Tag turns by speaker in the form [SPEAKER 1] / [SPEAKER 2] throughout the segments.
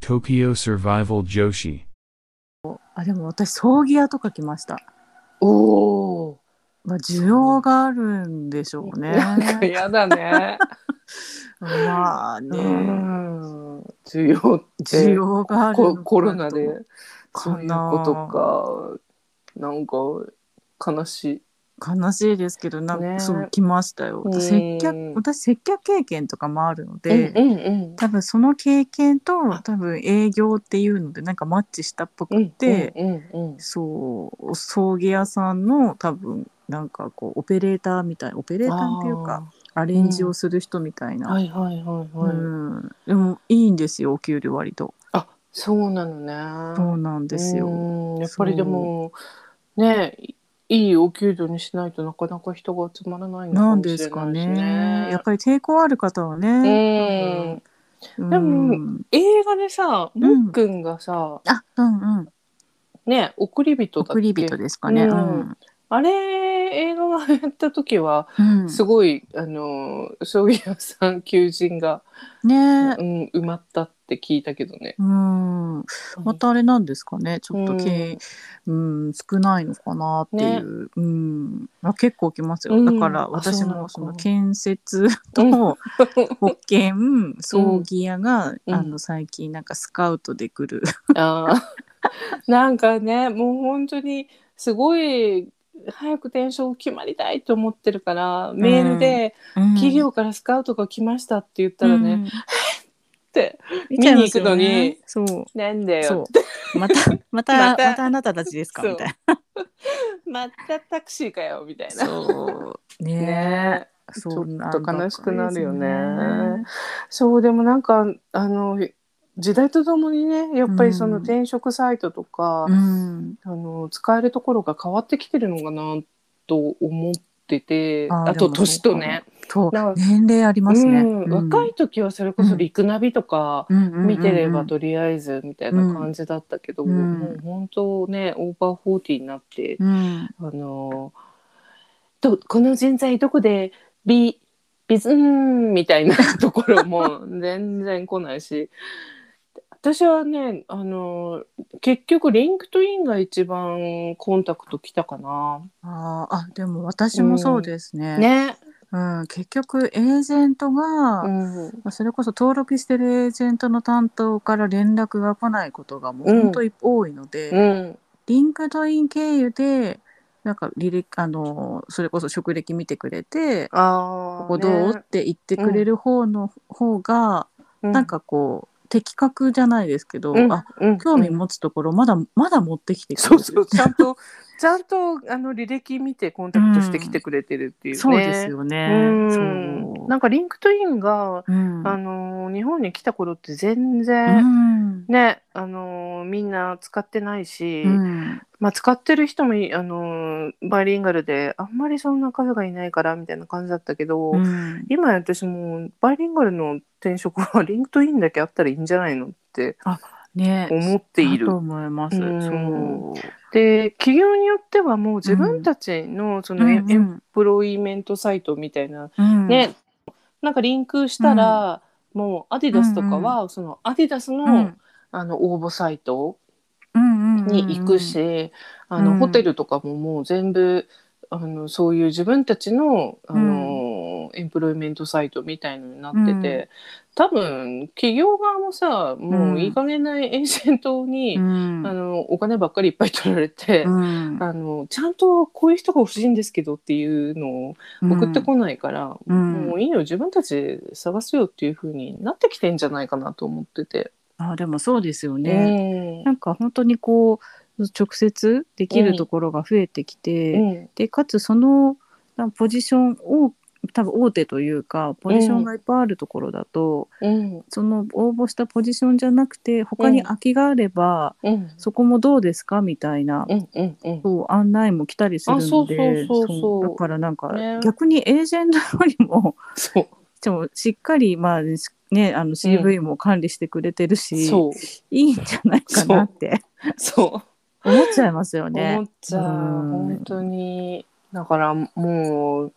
[SPEAKER 1] Tokyo Survival Joshi.
[SPEAKER 2] あ、でも私、葬儀屋とか来ました。
[SPEAKER 3] おお。
[SPEAKER 2] まあ、需要があるんでしょう
[SPEAKER 3] なんか
[SPEAKER 2] ね。
[SPEAKER 3] やだ ね。
[SPEAKER 2] まあ
[SPEAKER 3] う
[SPEAKER 2] ね、
[SPEAKER 3] ん。需要って
[SPEAKER 2] 需要があるの
[SPEAKER 3] コ
[SPEAKER 2] か
[SPEAKER 3] コロナで
[SPEAKER 2] と
[SPEAKER 3] そういうことか。なんか悲しい。
[SPEAKER 2] 悲しいですけど、なんか、
[SPEAKER 3] ね
[SPEAKER 2] そう来ましたよ。
[SPEAKER 3] うん
[SPEAKER 2] 接客、私、接客経験とかもあるので、
[SPEAKER 3] うんうんうん。
[SPEAKER 2] 多分その経験と多分営業っていうのでなんかマッチしたっぽくって、
[SPEAKER 3] うんうんうん、
[SPEAKER 2] そう葬儀屋さんの多分なんかこうオペレーターみたいオペレーターっていうかアレンジをする人みたい
[SPEAKER 3] あ
[SPEAKER 2] な、
[SPEAKER 3] ー。はいはいはいはい。
[SPEAKER 2] うん、でもいいんですよお給料割と
[SPEAKER 3] あそうなのね。
[SPEAKER 2] そうなんですよ、
[SPEAKER 3] うんやっぱりでもねいいいお給料にしないとなかなか人が集まらないの
[SPEAKER 2] な
[SPEAKER 3] か
[SPEAKER 2] ん
[SPEAKER 3] もしれ
[SPEAKER 2] です
[SPEAKER 3] ないしね。
[SPEAKER 2] かねやっぱり抵抗ある方は
[SPEAKER 3] う
[SPEAKER 2] ね、
[SPEAKER 3] ん、
[SPEAKER 2] うん
[SPEAKER 3] でも映画でさもっくんがさ、
[SPEAKER 2] あうんうん
[SPEAKER 3] ね送り人だっけ
[SPEAKER 2] 送り人ですかね、う
[SPEAKER 3] うんんあれ映画をやった時は
[SPEAKER 2] うん、
[SPEAKER 3] すごい、あの葬儀屋さん求人が、
[SPEAKER 2] ね
[SPEAKER 3] うん、埋まったって聞いたけどね。
[SPEAKER 2] うんまたあれなんですかねちょっと
[SPEAKER 3] うん
[SPEAKER 2] け、うん少ないのかなっていう、うんあ結構来ますよ、
[SPEAKER 3] うん
[SPEAKER 2] だから
[SPEAKER 3] あ
[SPEAKER 2] 私もそ
[SPEAKER 3] そう
[SPEAKER 2] の
[SPEAKER 3] なのか
[SPEAKER 2] 建設
[SPEAKER 3] うん
[SPEAKER 2] と保険葬儀屋が、
[SPEAKER 3] うん
[SPEAKER 2] あの最近なんかスカウトで来る、
[SPEAKER 3] あーなんかねもう本当にすごい早く転職決まりたいと思ってるからメールで 「企業からスカウトが来ました」って言ったらね、っ
[SPEAKER 2] ね、
[SPEAKER 3] て
[SPEAKER 2] 見ちゃいます
[SPEAKER 3] 見に行くの
[SPEAKER 2] よね
[SPEAKER 3] に
[SPEAKER 2] そう
[SPEAKER 3] 「なんだ
[SPEAKER 2] そ
[SPEAKER 3] よ
[SPEAKER 2] う またまたま
[SPEAKER 3] ま
[SPEAKER 2] た
[SPEAKER 3] た
[SPEAKER 2] あなたたちですか
[SPEAKER 3] そう
[SPEAKER 2] みたいな」
[SPEAKER 3] またタクシーかよ」みたいな。
[SPEAKER 2] そうね
[SPEAKER 3] ね
[SPEAKER 2] そうなん
[SPEAKER 3] ちょっと悲しくなるよ
[SPEAKER 2] で
[SPEAKER 3] ね
[SPEAKER 2] すね
[SPEAKER 3] そうでもなんかあの時代とともにねやっぱりその
[SPEAKER 2] うん
[SPEAKER 3] 転職サイトとか、
[SPEAKER 2] うん
[SPEAKER 3] あの使えるところが変わってきてるのかなと思ってて
[SPEAKER 2] あー
[SPEAKER 3] あと
[SPEAKER 2] でもそ
[SPEAKER 3] 年
[SPEAKER 2] うかも
[SPEAKER 3] とね
[SPEAKER 2] と
[SPEAKER 3] なんか
[SPEAKER 2] 年齢ありますね、
[SPEAKER 3] うん
[SPEAKER 2] うん
[SPEAKER 3] 若い時はそれこそリクナビとか見てれば
[SPEAKER 2] と
[SPEAKER 3] とりあえずみたいな感じだったけど、
[SPEAKER 2] うん
[SPEAKER 3] もう本当ねオーバーフォーティーになって、
[SPEAKER 2] うん、
[SPEAKER 3] あのどこの人材どこでビビズーンみたいな ところも全然来ないし私はねあの結局リンクトインが一番コンタクト来たかな。
[SPEAKER 2] あーあでも私もそうですね,、うん
[SPEAKER 3] ね。
[SPEAKER 2] 結局エージェントが、
[SPEAKER 3] う
[SPEAKER 2] ま
[SPEAKER 3] ん
[SPEAKER 2] あそれこそ登録してるエージェントの担当から連絡が来ないことがもう本当に多いので、
[SPEAKER 3] うん
[SPEAKER 2] リンクドイン経由でなんか履歴あのそれこそ職歴見てくれて「
[SPEAKER 3] あ
[SPEAKER 2] ここ
[SPEAKER 3] ー
[SPEAKER 2] どう?」
[SPEAKER 3] ね
[SPEAKER 2] って言ってくれる方の、方が
[SPEAKER 3] う
[SPEAKER 2] なんかこう的確じゃないですけど、あ
[SPEAKER 3] うん
[SPEAKER 2] 興味
[SPEAKER 3] うん
[SPEAKER 2] 持つところまだまだ持ってきてくれ
[SPEAKER 3] そ
[SPEAKER 2] る
[SPEAKER 3] うそうちゃんと ちゃんとあの履歴見てコンタクトしてきてくれてるっていうね。
[SPEAKER 2] そうですよね。
[SPEAKER 3] うん
[SPEAKER 2] そう
[SPEAKER 3] なんかリンクトインが、
[SPEAKER 2] うん
[SPEAKER 3] あのー日本に来た頃って全
[SPEAKER 2] う
[SPEAKER 3] 然、
[SPEAKER 2] ん
[SPEAKER 3] ねあのーみんな使ってないし、
[SPEAKER 2] うん
[SPEAKER 3] まあ、使ってる人もいあのーバイリンガルであんまりそんな数がいないからみたいな感じだったけど、
[SPEAKER 2] うん
[SPEAKER 3] 今や私もうバイリンガルの転職はリンクトインだけあったらいいんじゃないのって
[SPEAKER 2] ね
[SPEAKER 3] 思ってい
[SPEAKER 2] だ
[SPEAKER 3] る
[SPEAKER 2] と。思います。
[SPEAKER 3] うん
[SPEAKER 2] そう。
[SPEAKER 3] で企業によってはもう自分たちのそのエ,、エン
[SPEAKER 2] ん
[SPEAKER 3] プロイメントサイトみたいな
[SPEAKER 2] うん
[SPEAKER 3] ね、なんかリンクしたら、もうアディダスとかは、そのアディダスの,、
[SPEAKER 2] うん
[SPEAKER 3] あの応募サイト
[SPEAKER 2] うんうんうん
[SPEAKER 3] に行くし、あ
[SPEAKER 2] う
[SPEAKER 3] の
[SPEAKER 2] ん
[SPEAKER 3] ホテルとかももう全部あのそういう自分たちのあの、エンプロイメントサイトみたいのになってて、
[SPEAKER 2] うん
[SPEAKER 3] 多分企業側もさもういい加減なエージェントに、
[SPEAKER 2] うん
[SPEAKER 3] あのお金ばっかりいっぱい取られて。
[SPEAKER 2] うん
[SPEAKER 3] あのちゃんとこういう人が欲しいんですけどっていうのを送ってこないから、
[SPEAKER 2] うん
[SPEAKER 3] もういいよ自分たちで探すよっていう風になってきてんじゃないかなと思ってて。
[SPEAKER 2] あでもそうですよね。
[SPEAKER 3] ね
[SPEAKER 2] なんか本当にこう直接できるところが増えてきて、
[SPEAKER 3] うん
[SPEAKER 2] でかつそのなんかポジションを多分大手というかポジションがいっぱいあるところだと、
[SPEAKER 3] うん
[SPEAKER 2] その応募したポジションじゃなくて他に空きがあれば、
[SPEAKER 3] うん
[SPEAKER 2] そこもどうですかみたいな、
[SPEAKER 3] うんうんうん
[SPEAKER 2] そう案内も来たりするので
[SPEAKER 3] あそうそうそうそう
[SPEAKER 2] だからなんか、
[SPEAKER 3] ね
[SPEAKER 2] 逆にエージェントよりも
[SPEAKER 3] そう
[SPEAKER 2] でもしっかり、まあしね、あの CV も管理してくれてるし、
[SPEAKER 3] そう
[SPEAKER 2] いいんじゃないかなって
[SPEAKER 3] そう
[SPEAKER 2] 思っちゃいますよ
[SPEAKER 3] 思
[SPEAKER 2] ね
[SPEAKER 3] っ。ちゃう
[SPEAKER 2] うん
[SPEAKER 3] 本当にだからもう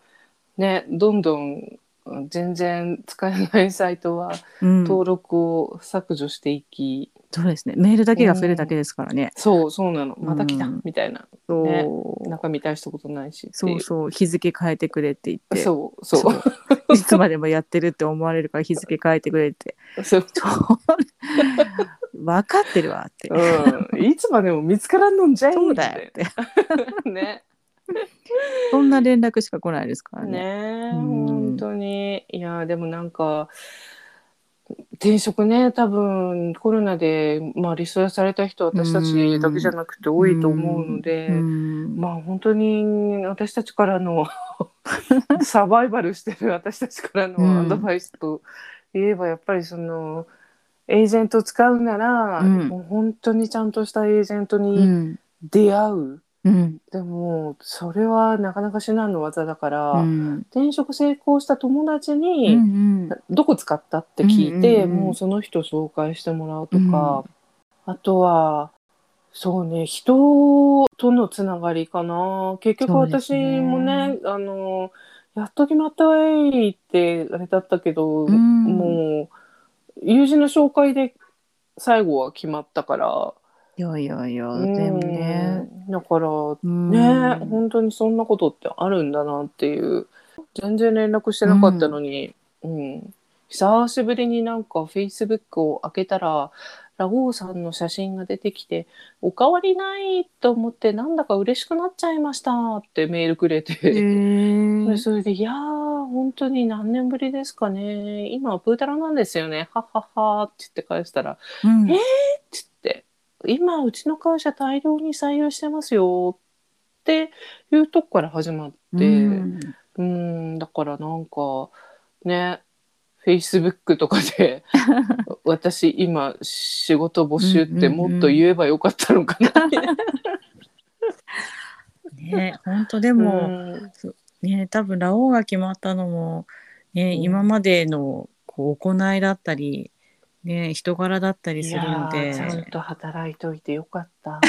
[SPEAKER 3] ねどんどんうん全然使えないサイトは
[SPEAKER 2] うん、そ
[SPEAKER 3] 登録を削除していき、
[SPEAKER 2] うですねメールだけが増えるだけですからね、
[SPEAKER 3] そうそうなのまた来た、
[SPEAKER 2] うん
[SPEAKER 3] みたいな
[SPEAKER 2] そう
[SPEAKER 3] ね中身大したことないしって
[SPEAKER 2] そ
[SPEAKER 3] いう
[SPEAKER 2] そう日付変えてくれって言って
[SPEAKER 3] そうそうそう
[SPEAKER 2] そういつまでもやってるって思われるから日付変えてくれって分かってるわって、
[SPEAKER 3] うん、いつまでも見つからんのんじゃい
[SPEAKER 2] そうだよって
[SPEAKER 3] ってね
[SPEAKER 2] そんな連絡しか来ないですからね
[SPEAKER 3] ねえ、
[SPEAKER 2] うん
[SPEAKER 3] 本当にいやでもなんか転職ね多分コロナで、まあ、リストラされた人私たちだけじゃなくて多いと思うので、
[SPEAKER 2] うん
[SPEAKER 3] まあ本当に私たちから のサバイバルしてる私たちから
[SPEAKER 2] うん
[SPEAKER 3] のアドバイスといえばやっぱりそのエージェント使うなら、
[SPEAKER 2] うん
[SPEAKER 3] もう本当にちゃんとしたエージェント
[SPEAKER 2] う
[SPEAKER 3] に
[SPEAKER 2] ん
[SPEAKER 3] 出会う。
[SPEAKER 2] うん
[SPEAKER 3] でもそれはなかなか至難の技だから、
[SPEAKER 2] うん
[SPEAKER 3] 転職成功した友達
[SPEAKER 2] うんう
[SPEAKER 3] に、
[SPEAKER 2] ん
[SPEAKER 3] どこ使ったって聞いて、
[SPEAKER 2] うんうんうん
[SPEAKER 3] もうその人紹介してもらうとか、あとはそうね人とのつながりかな結局
[SPEAKER 2] そうで
[SPEAKER 3] 私
[SPEAKER 2] すね
[SPEAKER 3] もねあのやっと決まったわいってあれだったけど、
[SPEAKER 2] うん
[SPEAKER 3] もう友人の紹介で最後は決まったから。
[SPEAKER 2] いやいやいや
[SPEAKER 3] うん
[SPEAKER 2] でもね、
[SPEAKER 3] だから
[SPEAKER 2] うん
[SPEAKER 3] ね、本当にそんなことってあるんだなっていう全然連絡してなかったのに、うん久しぶりになんかフェイスブックを開けたらラゴーさんの写真が出てきて「おかわりない!」と思ってなんだか嬉しくなっちゃいましたってメールくれて。
[SPEAKER 2] へー
[SPEAKER 3] でそれで、いやー、本当に何年ぶりですかね。今、プータラなんですよね。はははって言って返したら、
[SPEAKER 2] うん
[SPEAKER 3] えつって「今うちの会社大量に採用してますよ」っていうとこから始まってうん
[SPEAKER 2] うん
[SPEAKER 3] んだからなんかねフェイスブックとか で私今仕事募集って
[SPEAKER 2] うんうんうん
[SPEAKER 3] もっと言えばよかったのかなみたいな
[SPEAKER 2] ね本当で
[SPEAKER 3] う
[SPEAKER 2] も、
[SPEAKER 3] ん
[SPEAKER 2] ね多分ラオウが決まったのも、ね
[SPEAKER 3] うん
[SPEAKER 2] 今までのこう行いだったり、ね、人柄だったり
[SPEAKER 3] い
[SPEAKER 2] す
[SPEAKER 3] や
[SPEAKER 2] るの
[SPEAKER 3] ー
[SPEAKER 2] で
[SPEAKER 3] ちゃんと働いといてよかった。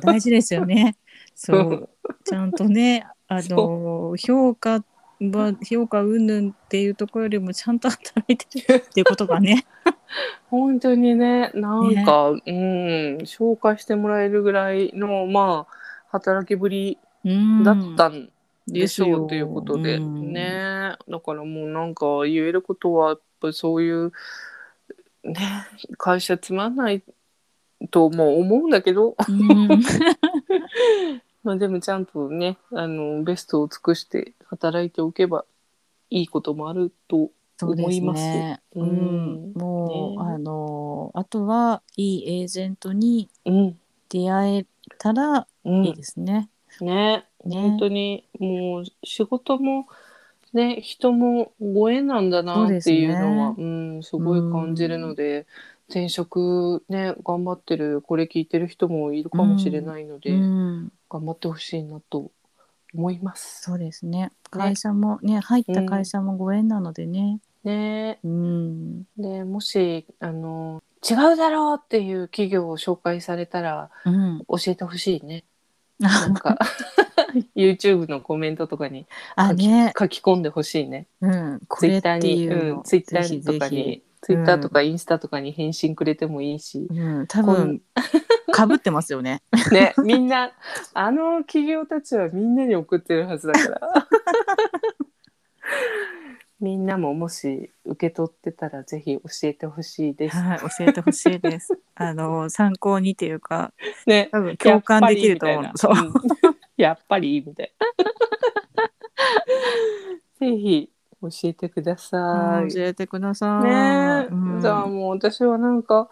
[SPEAKER 2] 大事ですよ ね。そううちゃんとねあの
[SPEAKER 3] そ
[SPEAKER 2] 評価は評価云々っていうところよりもちゃんと働いてるっていうことが ね。
[SPEAKER 3] 本当にね、なんか、うん、紹介してもらえるぐらいの、まあ、働きぶり
[SPEAKER 2] うん
[SPEAKER 3] だったんでしょうということで、
[SPEAKER 2] ですようん
[SPEAKER 3] ねだからもうなんか言えることはやっぱりそういう、ね、会社つまんないとも思うんだけど
[SPEAKER 2] うん
[SPEAKER 3] まあでもちゃんとねあのベストを尽くして働いておけばいいこともあると
[SPEAKER 2] そうです
[SPEAKER 3] 思います
[SPEAKER 2] ね。う
[SPEAKER 3] う
[SPEAKER 2] ん、
[SPEAKER 3] ん
[SPEAKER 2] もう、
[SPEAKER 3] ね
[SPEAKER 2] あのあとはいいエージェントに
[SPEAKER 3] うん、
[SPEAKER 2] 出会えたら
[SPEAKER 3] うん、
[SPEAKER 2] いいですね。
[SPEAKER 3] ね
[SPEAKER 2] ね
[SPEAKER 3] 本当にもう仕事もね人もご縁なんだなっていうのは、
[SPEAKER 2] そう
[SPEAKER 3] ん、すごい感じるので、転職ね頑張ってるこれ聞いてる人もいるかもしれないので、
[SPEAKER 2] うん
[SPEAKER 3] 頑張ってほしいなと思います。
[SPEAKER 2] そうですね。会社もね入った会社もご縁なのでね。
[SPEAKER 3] ね、
[SPEAKER 2] うん。
[SPEAKER 3] でもしあの違うだろうっていう企業を紹介されたら
[SPEAKER 2] うん。
[SPEAKER 3] 教えてほしいね。な
[SPEAKER 2] あ
[SPEAKER 3] んか YouTube のコメントとかに
[SPEAKER 2] あね。
[SPEAKER 3] 書き込んでほしいね。
[SPEAKER 2] うん。こ
[SPEAKER 3] ツイ
[SPEAKER 2] れ
[SPEAKER 3] ッ
[SPEAKER 2] っ
[SPEAKER 3] ター
[SPEAKER 2] て
[SPEAKER 3] に、
[SPEAKER 2] いう
[SPEAKER 3] うん
[SPEAKER 2] の。、
[SPEAKER 3] ツイッターとか
[SPEAKER 2] ぜひぜ
[SPEAKER 3] に、ツイッターとかインスタとかに返信くれてもいいし、
[SPEAKER 2] ひ。うん。多分かぶってますよね。
[SPEAKER 3] ね、みんな、あの企業たちはみんなに送ってるはず だから。みんなももし受け取ってたらぜひ教えてほしいです。
[SPEAKER 2] はい。教えてほしい です。あの参考にというか、
[SPEAKER 3] ね、
[SPEAKER 2] 多分共感できると思う。そう。
[SPEAKER 3] う。 やっぱりみたい な。ぜひ教えてください。
[SPEAKER 2] 教えてください。
[SPEAKER 3] ねえ、
[SPEAKER 2] うん
[SPEAKER 3] じゃあもう私はなんか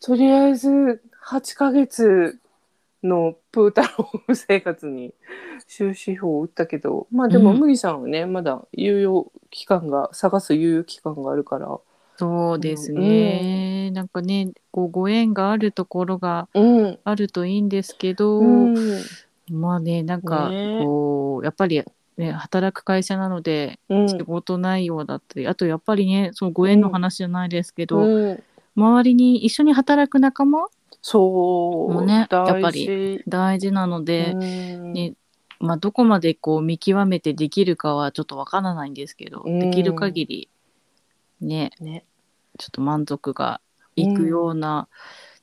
[SPEAKER 3] とりあえず8ヶ月のプータロー生活に終止符を打ったけどまあでも
[SPEAKER 2] うん
[SPEAKER 3] 麦さんはね、まだ猶予期間が探す猶予期間があるから
[SPEAKER 2] そうですね。なんかね、こうご縁があるところが
[SPEAKER 3] うん、
[SPEAKER 2] あるといいんですけど。
[SPEAKER 3] うん
[SPEAKER 2] まあねなんか
[SPEAKER 3] ね
[SPEAKER 2] こう、やっぱり、ね、働く会社なので
[SPEAKER 3] うん
[SPEAKER 2] 仕事内容だったり、あとやっぱりねそのご縁の話じゃないですけど、
[SPEAKER 3] うん
[SPEAKER 2] 周りに一緒に働く仲間
[SPEAKER 3] そう
[SPEAKER 2] もうね
[SPEAKER 3] 大事
[SPEAKER 2] やっぱり大事なので、
[SPEAKER 3] うん
[SPEAKER 2] ねまあ、どこまでこう見極めてできるかはちょっとわからないんですけど、
[SPEAKER 3] うん
[SPEAKER 2] できる限りね
[SPEAKER 3] ね。
[SPEAKER 2] ちょっと満足がいくような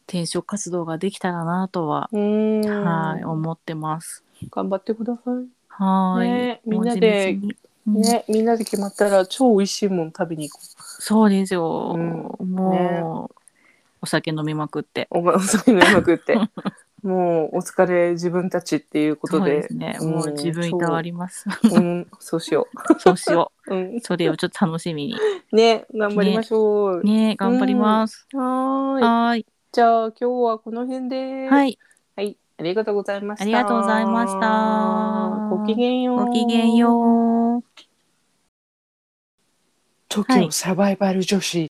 [SPEAKER 2] 転職活動ができたらなとは、
[SPEAKER 3] うん。
[SPEAKER 2] はい思ってます。
[SPEAKER 3] 頑張ってください。
[SPEAKER 2] はーい、
[SPEAKER 3] ねみんなで
[SPEAKER 2] もう地道に、うん
[SPEAKER 3] ね、みんなで決まったら超美味しいもん食べに行こ
[SPEAKER 2] そうですよ、
[SPEAKER 3] う
[SPEAKER 2] もう、お酒飲みまくって
[SPEAKER 3] う。お前お 酒飲みまくって。もうお疲れ自分たちっていうこと
[SPEAKER 2] そうで
[SPEAKER 3] で。
[SPEAKER 2] すね、
[SPEAKER 3] うん
[SPEAKER 2] もう自分いたわります。
[SPEAKER 3] うん、そうしよ
[SPEAKER 2] そうしよ
[SPEAKER 3] う。うん
[SPEAKER 2] う。。それをちょっと楽しみに。
[SPEAKER 3] ね、頑張りましょう。
[SPEAKER 2] ね頑張ります。
[SPEAKER 3] はーい。
[SPEAKER 2] はーい。
[SPEAKER 3] じゃあ今日はこの辺で。
[SPEAKER 2] は。い。
[SPEAKER 3] はい、ありがとうございました。
[SPEAKER 2] ありがとうございました
[SPEAKER 3] ごきげんよう。
[SPEAKER 2] ごきげんよう。
[SPEAKER 3] 時のサバイバル女子。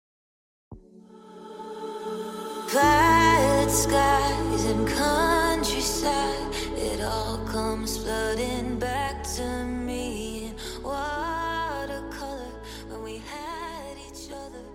[SPEAKER 4] Cloud skies and countryside, it all comes flooding back to me in watercolor when we had each other.